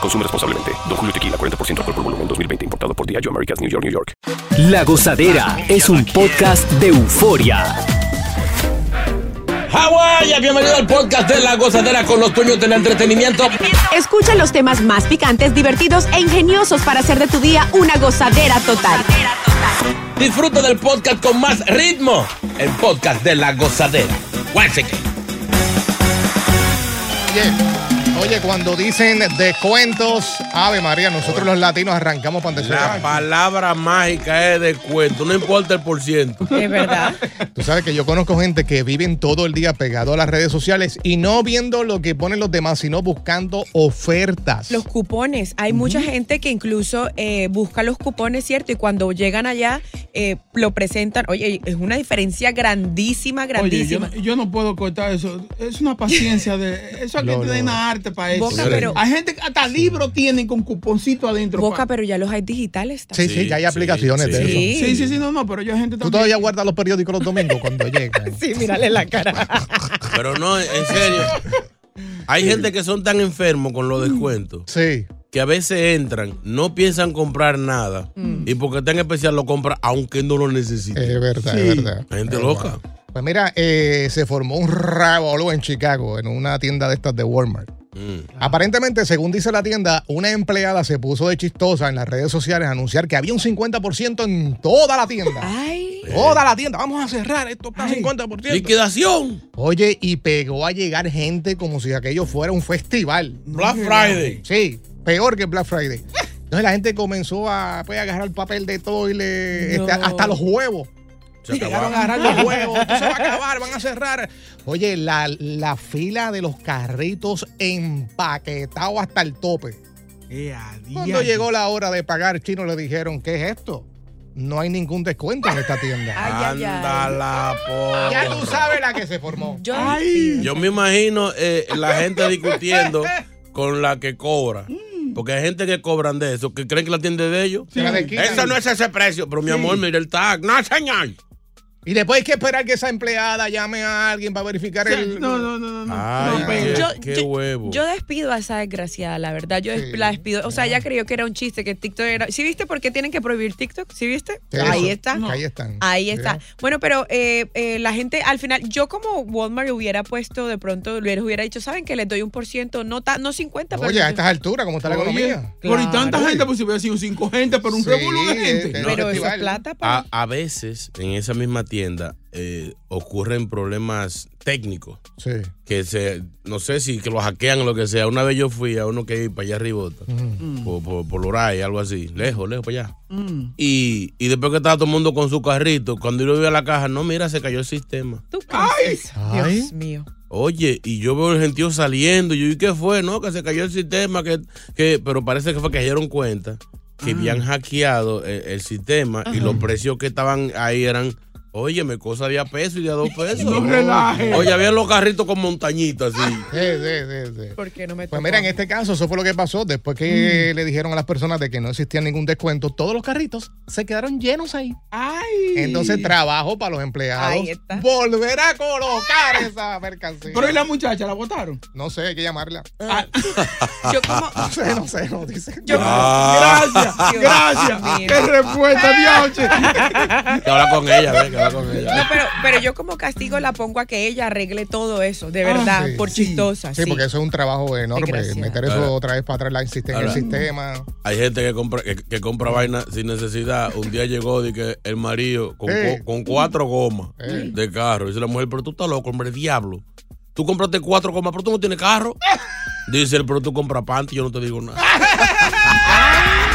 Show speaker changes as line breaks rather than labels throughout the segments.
Consume responsablemente. Don Julio Tequila, 40% alcohol por volumen, 2020. Importado por Diageo Americas, New York, New York.
La Gozadera es un podcast de euforia.
Hawái, bienvenido al podcast de La Gozadera con los dueños del entretenimiento.
Escucha los temas más picantes, divertidos e ingeniosos para hacer de tu día una gozadera total.
Disfruta del podcast con más ritmo. El podcast de La Gozadera. Once again.
Oye, oye, cuando dicen descuentos, Ave María, nosotros los latinos arrancamos
La
pandecera.
palabra mágica es descuento, no importa el por ciento.
Es verdad.
Tú sabes que yo conozco gente que viven todo el día pegado a las redes sociales y no viendo lo que ponen los demás, sino buscando ofertas.
Los cupones. Hay mucha gente que incluso eh, busca los cupones, ¿cierto? Y cuando llegan allá, eh, lo presentan. Oye, es una diferencia grandísima,
Oye, yo
grandísima.
no, yo no puedo cortar eso. Es una paciencia de. Eso aquí
No,
tiene
no.
una arte para eso.
Boca, pero-
Hay gente que hasta libro tienen con cuponcito adentro.
Boca,
pa-
pero ya los hay digitales.
sí, sí,
Sí,
ya hay
sí,
aplicaciones de
sí.
eso.
Sí, sí, sí, no, no, pero yo hay gente
Tú
también.
todavía guardas los periódicos los domingos cuando llegan.
Sí, mírale la cara.
Pero no, en serio. Hay gente que son tan enfermos con los descuentos
Sí.
que a veces entran, no piensan comprar nada y porque está en especial lo compra aunque no lo necesite.
Es verdad,
Sí.
es verdad.
Hay gente
Es
loca.
verdad. Pues mira, eh, se formó un revolú en Chicago, en una tienda de estas de Walmart.
Mm.
Aparentemente, según dice la tienda, una empleada se puso de chistosa en las redes sociales a anunciar que había un 50% en toda la
Ah.
tienda.
Ay.
Toda la tienda, vamos a cerrar, esto está 50%.
Liquidación.
Oye, y pegó a llegar gente como si aquello fuera un festival.
Black Friday.
Sí, peor que Black Friday. Entonces la gente comenzó a pues, agarrar papel de toile, este,
No.
hasta los huevos.
Se acabaron.
Llegaron a agarrar los huevos, esto se va a acabar, van a cerrar. Oye, la, la fila de los carritos empaquetados hasta el tope.
Eh, a
Cuando
diablo.
llegó la hora de pagar, chino le dijeron, ¿qué es esto? No hay ningún descuento en esta tienda.
Ah,
Ay.
Anda la porra.
Ya tú sabes la que se formó.
Yo,
Ay.
Yo me imagino eh, la gente discutiendo con la que cobra. Porque hay gente que cobran de eso, que creen que la tienda es de ellos.
Se la desquitan.
Eso no es ese precio, pero mi amor, mira el tag. No, señor.
Y después hay que esperar que esa empleada llame a alguien para verificar el...
No, no, no, no. no.
Ay,
No,
qué,
pero-
Pues yo,
qué
yo-
huevo.
yo despido a esa desgraciada, la verdad. Yo des-
Sí.
la despido. O sea, ella creyó que era un chiste, que TikTok era. ¿Sí viste por qué tienen que prohibir TikTok? ¿Sí viste?
Sí,
Ahí
eso.
está.
Ahí están.
Ahí
¿Ya?
está. Bueno, pero eh, eh, la gente al final, yo como Walmart hubiera puesto de pronto, les hubiera dicho, ¿saben que les doy un por ciento? No, ta- no 50, pero...
Oye, a estas alturas, ¿cómo está la
Oye,
economía?
Pero y tanta
Claro.
gente, pues si hubiera sido cinco gente, pero un
Sí,
revolú de
eh,
gente.
eh.
pero eso
festival.
es plata para...
a, a veces en esa misma tienda eh, ocurren problemas técnicos.
Sí.
que se, no sé si que lo hackean o lo que sea. Una vez yo fui a uno que iba para allá arriba,
Mm.
por, por, por Loray, algo así, lejos, lejos para allá. Y, y después que estaba todo el mundo con su carrito, cuando yo vi a la caja, no, mira, se cayó el sistema.
¿Tú qué haces?
Ay.
Dios mío.
Oye, y yo veo el gentío saliendo, y yo, ¿y qué fue? No, que se cayó el sistema, que, que pero parece que fue que se dieron cuenta que habían hackeado el, el sistema y los precios que estaban ahí eran, óyeme, cosa de a peso y de a dos pesos.
No relaje.
Oye, habían los carritos con montañitas así.
Sí, sí, sí, sí.
¿Por qué no me
Pues
tocó?
mira, en este caso, eso fue lo que pasó. Después que
Mm.
le dijeron a las personas de que no existía ningún descuento, todos los carritos se quedaron llenos ahí.
Ay.
Entonces, trabajo para los empleados.
Ahí está.
Volver a colocar esa mercancía.
Pero y la muchacha, ¿la votaron?
No sé, hay que llamarla.
Yo como...
No sé, no sé, no dice.
Yo
Ah.
Gracias,
Dios
gracias.
mío.
Qué respuesta, diablo.
Que habla con ella, venga. va con ella.
No, pero, pero yo como castigo la pongo a que ella arregle todo eso, de
Ah,
verdad,
sí,
por chistosa.
Sí, porque eso es un trabajo enorme.
Desgraciada.
Meter eso
Ahora-
otra vez para atrás la insistencia en el
ahora-
sistema.
Hay gente que compra que, que
Mm.
compra vaina sin necesidad. Un día llegó de que el marido con,
Eh.
cu- con cuatro gomas
Eh.
de carro. Dice la mujer, pero tú estás loco, hombre, diablo. Tú compraste cuatro gomas, pero tú no tienes carro. Dice él, pero tú compras panty, yo no te digo nada.
Ah.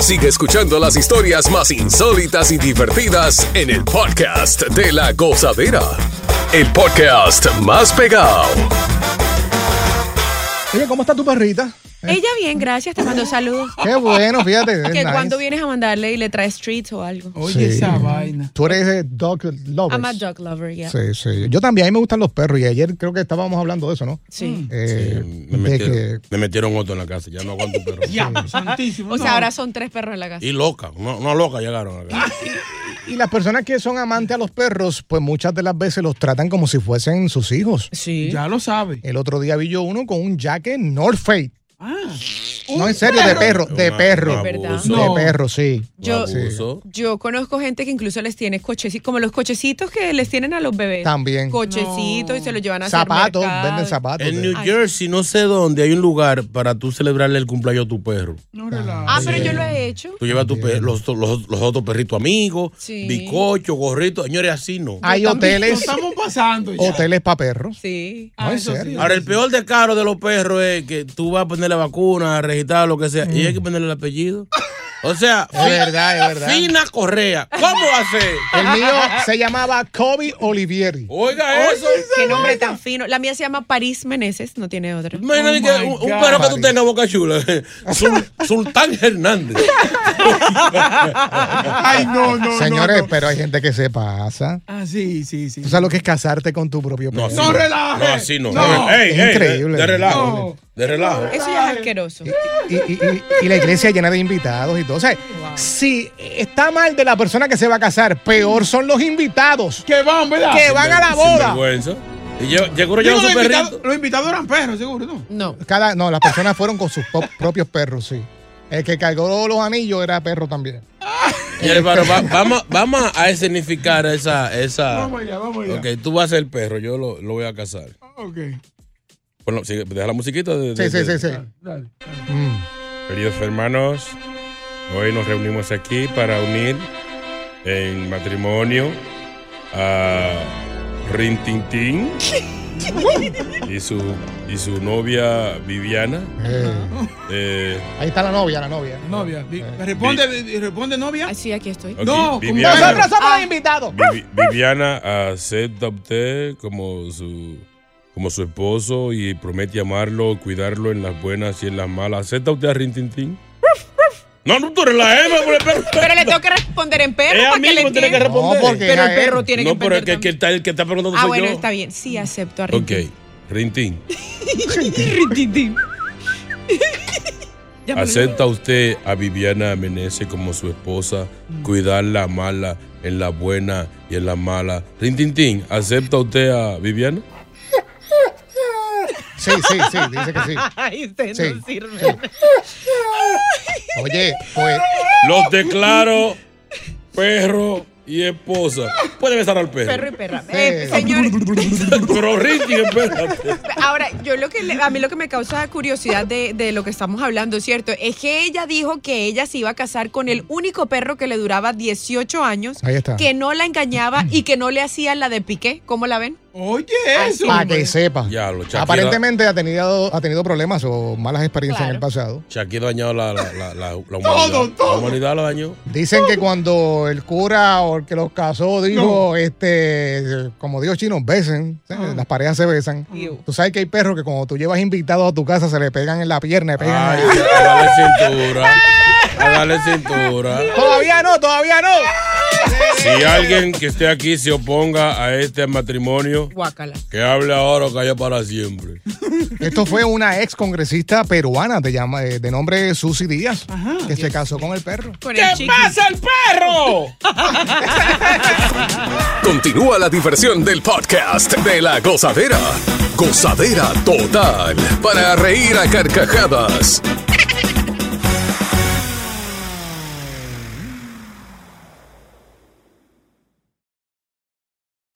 Sigue escuchando las historias más insólitas y divertidas en el podcast de la gozadera. El podcast más pegado.
Oye, ¿cómo está tu perrita?
Ella bien, gracias, te mando saludos.
Qué bueno, fíjate. es
que
nice.
cuando vienes a mandarle y le traes treats o algo.
Oye,
Sí.
esa vaina.
Tú eres eh, dog lover.
I'm a dog lover, yeah.
Sí, sí. Yo también, a mí me gustan los perros y ayer creo que estábamos hablando de eso, ¿no?
Mm.
Sí.
Eh,
Me
de
metieron,
que
me metieron otro en la casa, ya no aguanto perro.
Ya, santísimo.
O sea,
no.
ahora son tres perros en la casa.
Y loca, una, una loca llegaron a la casa.
Y las personas que son amantes a los perros, pues muchas de las veces los tratan como si fuesen sus hijos.
Sí.
Ya lo sabe.
El otro día vi yo uno con un jacket North Face.
Ah,
No, en serio, de perro, de
Una-
perro.
un
¿Verdad?
abuso,
No.
De perro, sí.
un
Yo-
abuso.
Yo conozco gente que incluso les tiene cochecitos, como los cochecitos que les tienen a los bebés.
También.
Cochecitos y se los llevan a hacer
Zapatos,
mercado. Ah,
venden zapatos.
En New
Ay.
Jersey, no sé dónde, hay un lugar para tú celebrarle el cumpleaños a tu perro.
no relaja.
Ah, pero yo lo he hecho.
Tú llevas tu per- los, los- los otros perritos amigos,
Sí.
bicocho, gorrito. Señores, así no.
Hay hoteles,
estamos pasando ya.
hoteles para perros.
Sí.
Ah,
No, en
eso sí.
Oh, serio.
Ahora, el peor descaro de los perros es que tú vas a poner la vacuna, a registrar lo que sea, y hay que ponerle el apellido. O sea,
Es verdad, es verdad.
Fina Correa. ¿Cómo va a ser?
El mío se llamaba Kobe Olivieri.
Oiga eso.
Qué nombre tan fino. La mía se llama París Meneses, no tiene otra.
Imagínate
Oh
que
my
un, un
God.
perro que tú tengas boca chula. Sul- Sultán Hernández.
Ay, no, no, no,
Señores, Pues,
no.
pero hay gente que se pasa.
Ah, sí, sí, sí.
¿Tú sabes lo que es casarte con tu propio perro?
No relaje.
No, así no.
No.
Ey, ey,
Increíble.
De, de relajo.
No.
De relajo.
Eso ya es asqueroso.
y, y- y- y la iglesia llena de invitados y todo. O sea, si está mal de la persona que se va a casar, peor son los invitados
Que van, Pues ¿verdad?
que van a la boda.
Sinvergüenza. Y yo, seguro
Digo,
llevan
los,
su
invitados,
perrito.
los invitados eran perros, seguro, ¿no?
No.
Cada, no, las personas fueron con sus po- propios perros, sí. El que cargó los anillos era perro también.
Y el perro, va- vamos, vamos a escenificar esa. esa
Vamos allá, vamos allá.
ok, tú vas a ser el perro, yo lo, lo voy a cazar.
Ok,
Bueno, sigue, deja la musiquita. De,
Sí,
de-
sí,
de-
sí, sí.
dale. dale.
Mm.
Queridos hermanos, hoy nos reunimos aquí para unir en matrimonio a Rin Tin Tin y su, y su novia Viviana.
Eh,
Eh,
ahí está la novia, la novia.
Novia, di- responde, di- responde novia.
Así aquí estoy.
ok,
No, con
Viviana,
Nosotros somos
Ah.
los invitados.
Vivi- Viviana acepta a usted como su, como su esposo y promete amarlo, cuidarlo en las buenas y en las malas. ¿Acepta usted a Rin Tin Tin? No, no, tú eres la hembra, por el perro.
Pero le tengo que responder en perro
Ella
para que le
misma tiene que
entienda.
No,
responder.
porque
Pero el
era él.
perro tiene que
no, pero el
entender
que, que
también.
está, el que está preguntando
Ah,
soy
bueno,
yo.
está bien. Sí, acepto a
Ok,
Rintín.
Rintín,
Rintintín. Ya me lo-
¿acepta usted a Viviana Menezes como su esposa,
Mm.
cuidarla, amarla en la buena y en la mala? Rintintín, ¿acepta usted a Viviana?
Sí, sí, sí, dice que sí.
Ay, usted
Sí.
no sirve.
Oye, pues
Los declaro perro y esposa puede besar al perro.
Perro y perra. Eh, señor,
Pero Ricky, espérate.
ahora, yo lo que le- a mí lo que me causa curiosidad de, de lo que estamos hablando, ¿cierto? Es que ella dijo que ella se iba a casar con el único perro que le duraba 18 años,
Ahí está.
que no la engañaba y que no le hacía la de piqué. ¿Cómo la ven?
Oye, eso.
Para que sepa.
Ya, lo Shakira-
Aparentemente ha tenido, ha tenido problemas o malas experiencias en el
Claro.
pasado.
Shakira dañó la, la, la, la- la humanidad.
Todo, todo.
La humanidad la dañó.
Dicen que cuando el cura o el que los casó dijo, este, como Dios chino, besen, ¿sí? las parejas se besan. Tú sabes que hay perros que cuando tú llevas invitados a tu casa se le pegan en la pierna, le pegan en la-
Ay, a darle cintura. A darle cintura.
Todavía no, todavía no.
Si alguien que esté aquí se oponga a este matrimonio,
Guácala.
que hable ahora o calle para siempre.
Esto fue una ex congresista peruana de, llama, eh, de nombre Susy Díaz, que se casó con el perro.
Con el chiqui.
el perro!
Continúa la diversión del podcast de la gozadera. Gozadera total. Para reír a carcajadas.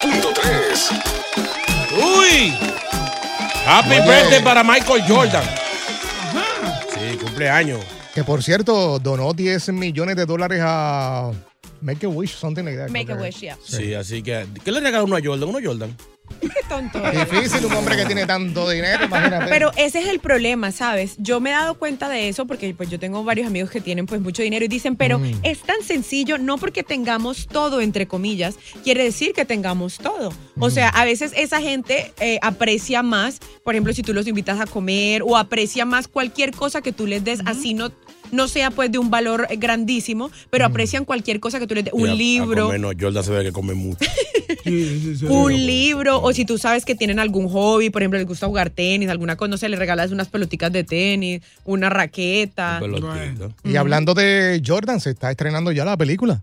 Punto tres.
¡Uy! Happy birthday para Michael Jordan. Sí, cumpleaños.
Que por cierto, donó 10 millones de dólares a Make a Wish, something like that.
Make a
creo que
wish, yeah.
Sí, así que. ¿Qué le regaló uno a Jordan? ¿Uno a Jordan?
Qué tonto.
es. Difícil un hombre que tiene tanto dinero, imagínate.
Pero ese es el problema, ¿sabes? Yo me he dado cuenta de eso porque pues yo tengo varios amigos que tienen pues mucho dinero y dicen, pero
Mm.
es tan sencillo, no porque tengamos todo, entre comillas, quiere decir que tengamos todo. O sea,
Mm.
a veces esa gente eh, aprecia más, por ejemplo, si tú los invitas a comer o aprecia más cualquier cosa que tú les des, así no no sea pues de un valor eh, grandísimo, pero aprecian cualquier cosa que tú les des, un
Mm. Y a- a
libro,
comer, no, Jordan se ve que come mucho.
Sí, sí, sí.
un libro o si tú sabes que tienen algún hobby, por ejemplo, les gusta jugar tenis, alguna cosa, no sé, le regalas unas pelotitas de tenis, una raqueta.
Pelotita.
mm.
Y hablando de Jordan, se está estrenando ya la película.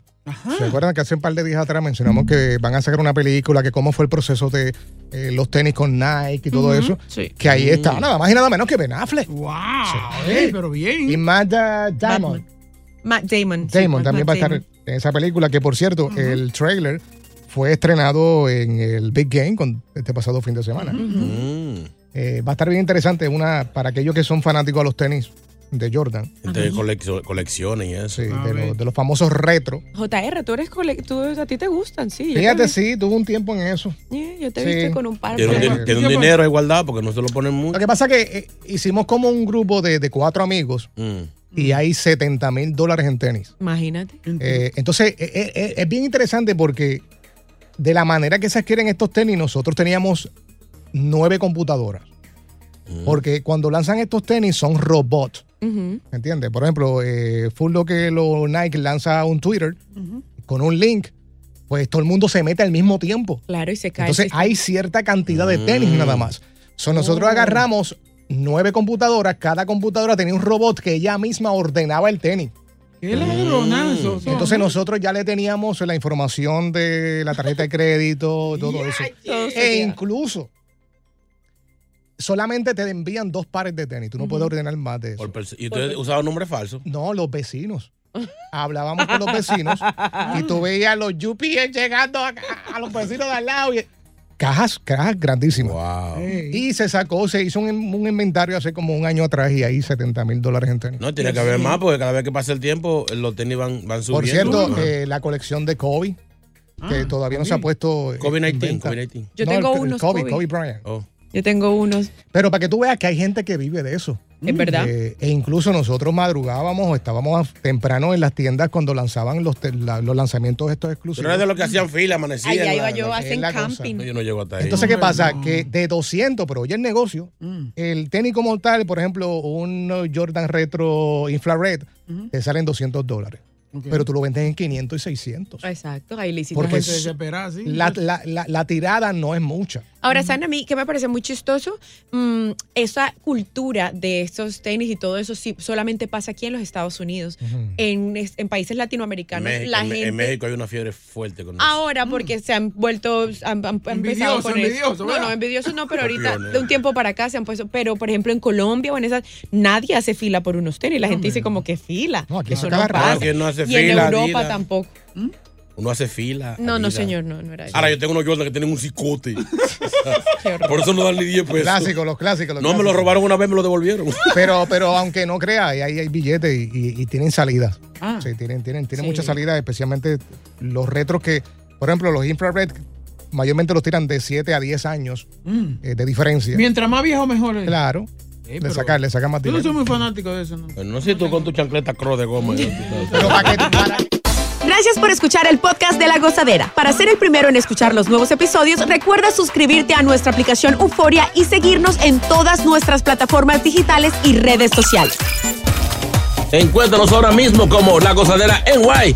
¿Se acuerdan que hace un par de días atrás mencionamos que van a sacar una película, que cómo fue el proceso de eh, los tenis con Nike y todo eso?
sí. Mm.
Que ahí está, nada más y nada menos que Ben Affleck.
Wow. Ey, pero bien.
Y Magda Damon.
Mm. Batman. Matt Damon. sí,
Damon
Matt
también va a estar
Damon.
en esa película, que por cierto, el trailer fue estrenado en el Big Game con este pasado fin de semana.
Mm.
Eh, va a estar bien interesante una para aquellos que son fanáticos a los tenis de Jordan,
Entonces, colec- colecciones y eso.
sí,
A
de,
ver.
los- de los famosos retro.
JR, tú eres cole- tú a ti te gustan, sí. yo
Fíjate,
también.
sí, tuvo un tiempo en eso.
Yeah, yo te
Sí.
viste con un par
Tiene un,
de
din- tiene un
Sí, pues.
dinero ahí guardado porque no se lo ponen
Lo
mucho.
que pasa es que eh, hicimos como un grupo de, de cuatro amigos
Mm.
y hay 70 mil dólares en tenis.
Imagínate.
Eh, entonces, eh, eh, eh, es bien interesante porque de la manera que se adquieren estos tenis, nosotros teníamos nueve computadoras. Porque cuando lanzan estos tenis son robots.
Ujú.
¿Me entiendes? Por ejemplo, eh, fue lo que lo Nike lanza un Twitter con un link, pues todo el mundo se mete al mismo tiempo.
Claro, y se cae.
Entonces
el sistema. Oh.
hay cierta cantidad de tenis nada más. So, nosotros agarramos nueve computadoras, cada computadora tenía un robot que ella misma ordenaba el tenis.
Qué ladronazo. son.
Mm. Entonces nosotros ya le teníamos la información de la tarjeta de crédito, todo eso.
Todo se
E
queda.
incluso solamente te envían dos pares de tenis, tú no puedes ordenar más de eso.
Por pers- y ustedes usaban nombre falso.
No, los vecinos. Hablábamos con los vecinos y tú veías los UPS llegando a, a los vecinos de al lado. y- Cajas, cajas grandísimas.
Wow.
Y se sacó, se hizo un, un inventario hace como un año atrás y ahí 70 mil dólares en tenis.
No, tiene que haber más porque cada vez que pasa el tiempo, eh, los tenis van, van subiendo.
Por cierto,
Ah.
Ajá.
eh, la colección de Kobe, que todavía no se ha puesto. eh, en
COVID-19,
venta.
COVID-19.
Yo
No,
tengo
el- el
unos
Kobe,
COVID.
Kobe Bryant.
Oh.
Yo tengo unos,
Pero para que tú veas que hay gente que vive de eso.
es verdad.
Eh, e incluso nosotros madrugábamos o estábamos a- temprano en las tiendas cuando lanzaban los, te- la- los lanzamientos estos
Tú
exclusivos.
no eres de los que hacían fila, amanecían.
Ahí ahí
la-
iba yo,
la-
hacen
la cosa.
camping.
No, yo no llego hasta ahí.
Entonces, ¿qué
Hombre,
pasa?
no.
Que de 200, pero oye el negocio,
Mm.
el tenis como tal, por ejemplo, un eh, Jordan Retro Infrared, te salen 200 dólares. Pero tú lo vendes en 500 y 600.
Exacto, ahí le hicimos
Porque
Se desespera, sí.
la, la- la- la tirada no es mucha.
Ahora, ¿saben a mí que me parece muy chistoso? Mm, esa cultura de estos tenis y todo eso sí, solamente pasa aquí en los Estados Unidos. en, es- en países
en,
latinoamericanos,
México,
la
en Me- en
gente...
México hay una fiebre fuerte con eso.
Ahora,
Mm.
porque se han vuelto, han, han- han empezado
Envidioso,
con
envidioso,
eso. No,
¿verdad?
no, envidiosos no, pero ahorita,
Copiones.
de un tiempo para acá se han puesto, pero por ejemplo en Colombia o en esas, nadie hace fila por unos tenis. La gente dice como que fila.
No, aquí
eso
se
no
acaba
pasa.
rápido. Aquí no hace
y en
fila,
Europa
Adidas.
tampoco.
Uno hace fila.
No, no,
Adidas.
señor, no, no era yo.
Ahora yo tengo unos Jordan que tienen un cicote. Por eso no dan ni 10 pesos.
Clásicos, los clásicos.
Pues,
los
No me lo
clásicos.
robaron una vez, me lo devolvieron.
Pero, pero aunque no crea, ahí hay, hay billetes y, y- y tienen salidas.
Ah.
Sí, tienen, tienen, tienen
Sí.
muchas salidas, especialmente los retros que, por ejemplo, los infrared mayormente los tiran de 7 a 10 años
Mm.
eh, de diferencia.
Mientras más viejo, mejor es.
Claro.
Eh,
le
pero-
sacan, le sacan más
Yo no soy
dinero.
muy fanático de eso, ¿no?
Pero no sé tú con tu chancleta cross de goma. ¿no?
Pero para que tú- para-
Gracias por escuchar el podcast de La Gozadera. Para ser el primero en escuchar los nuevos episodios, recuerda suscribirte a nuestra aplicación Euforia y seguirnos en todas nuestras plataformas digitales y redes sociales.
Encuéntranos ahora mismo como La Gozadera en Guay.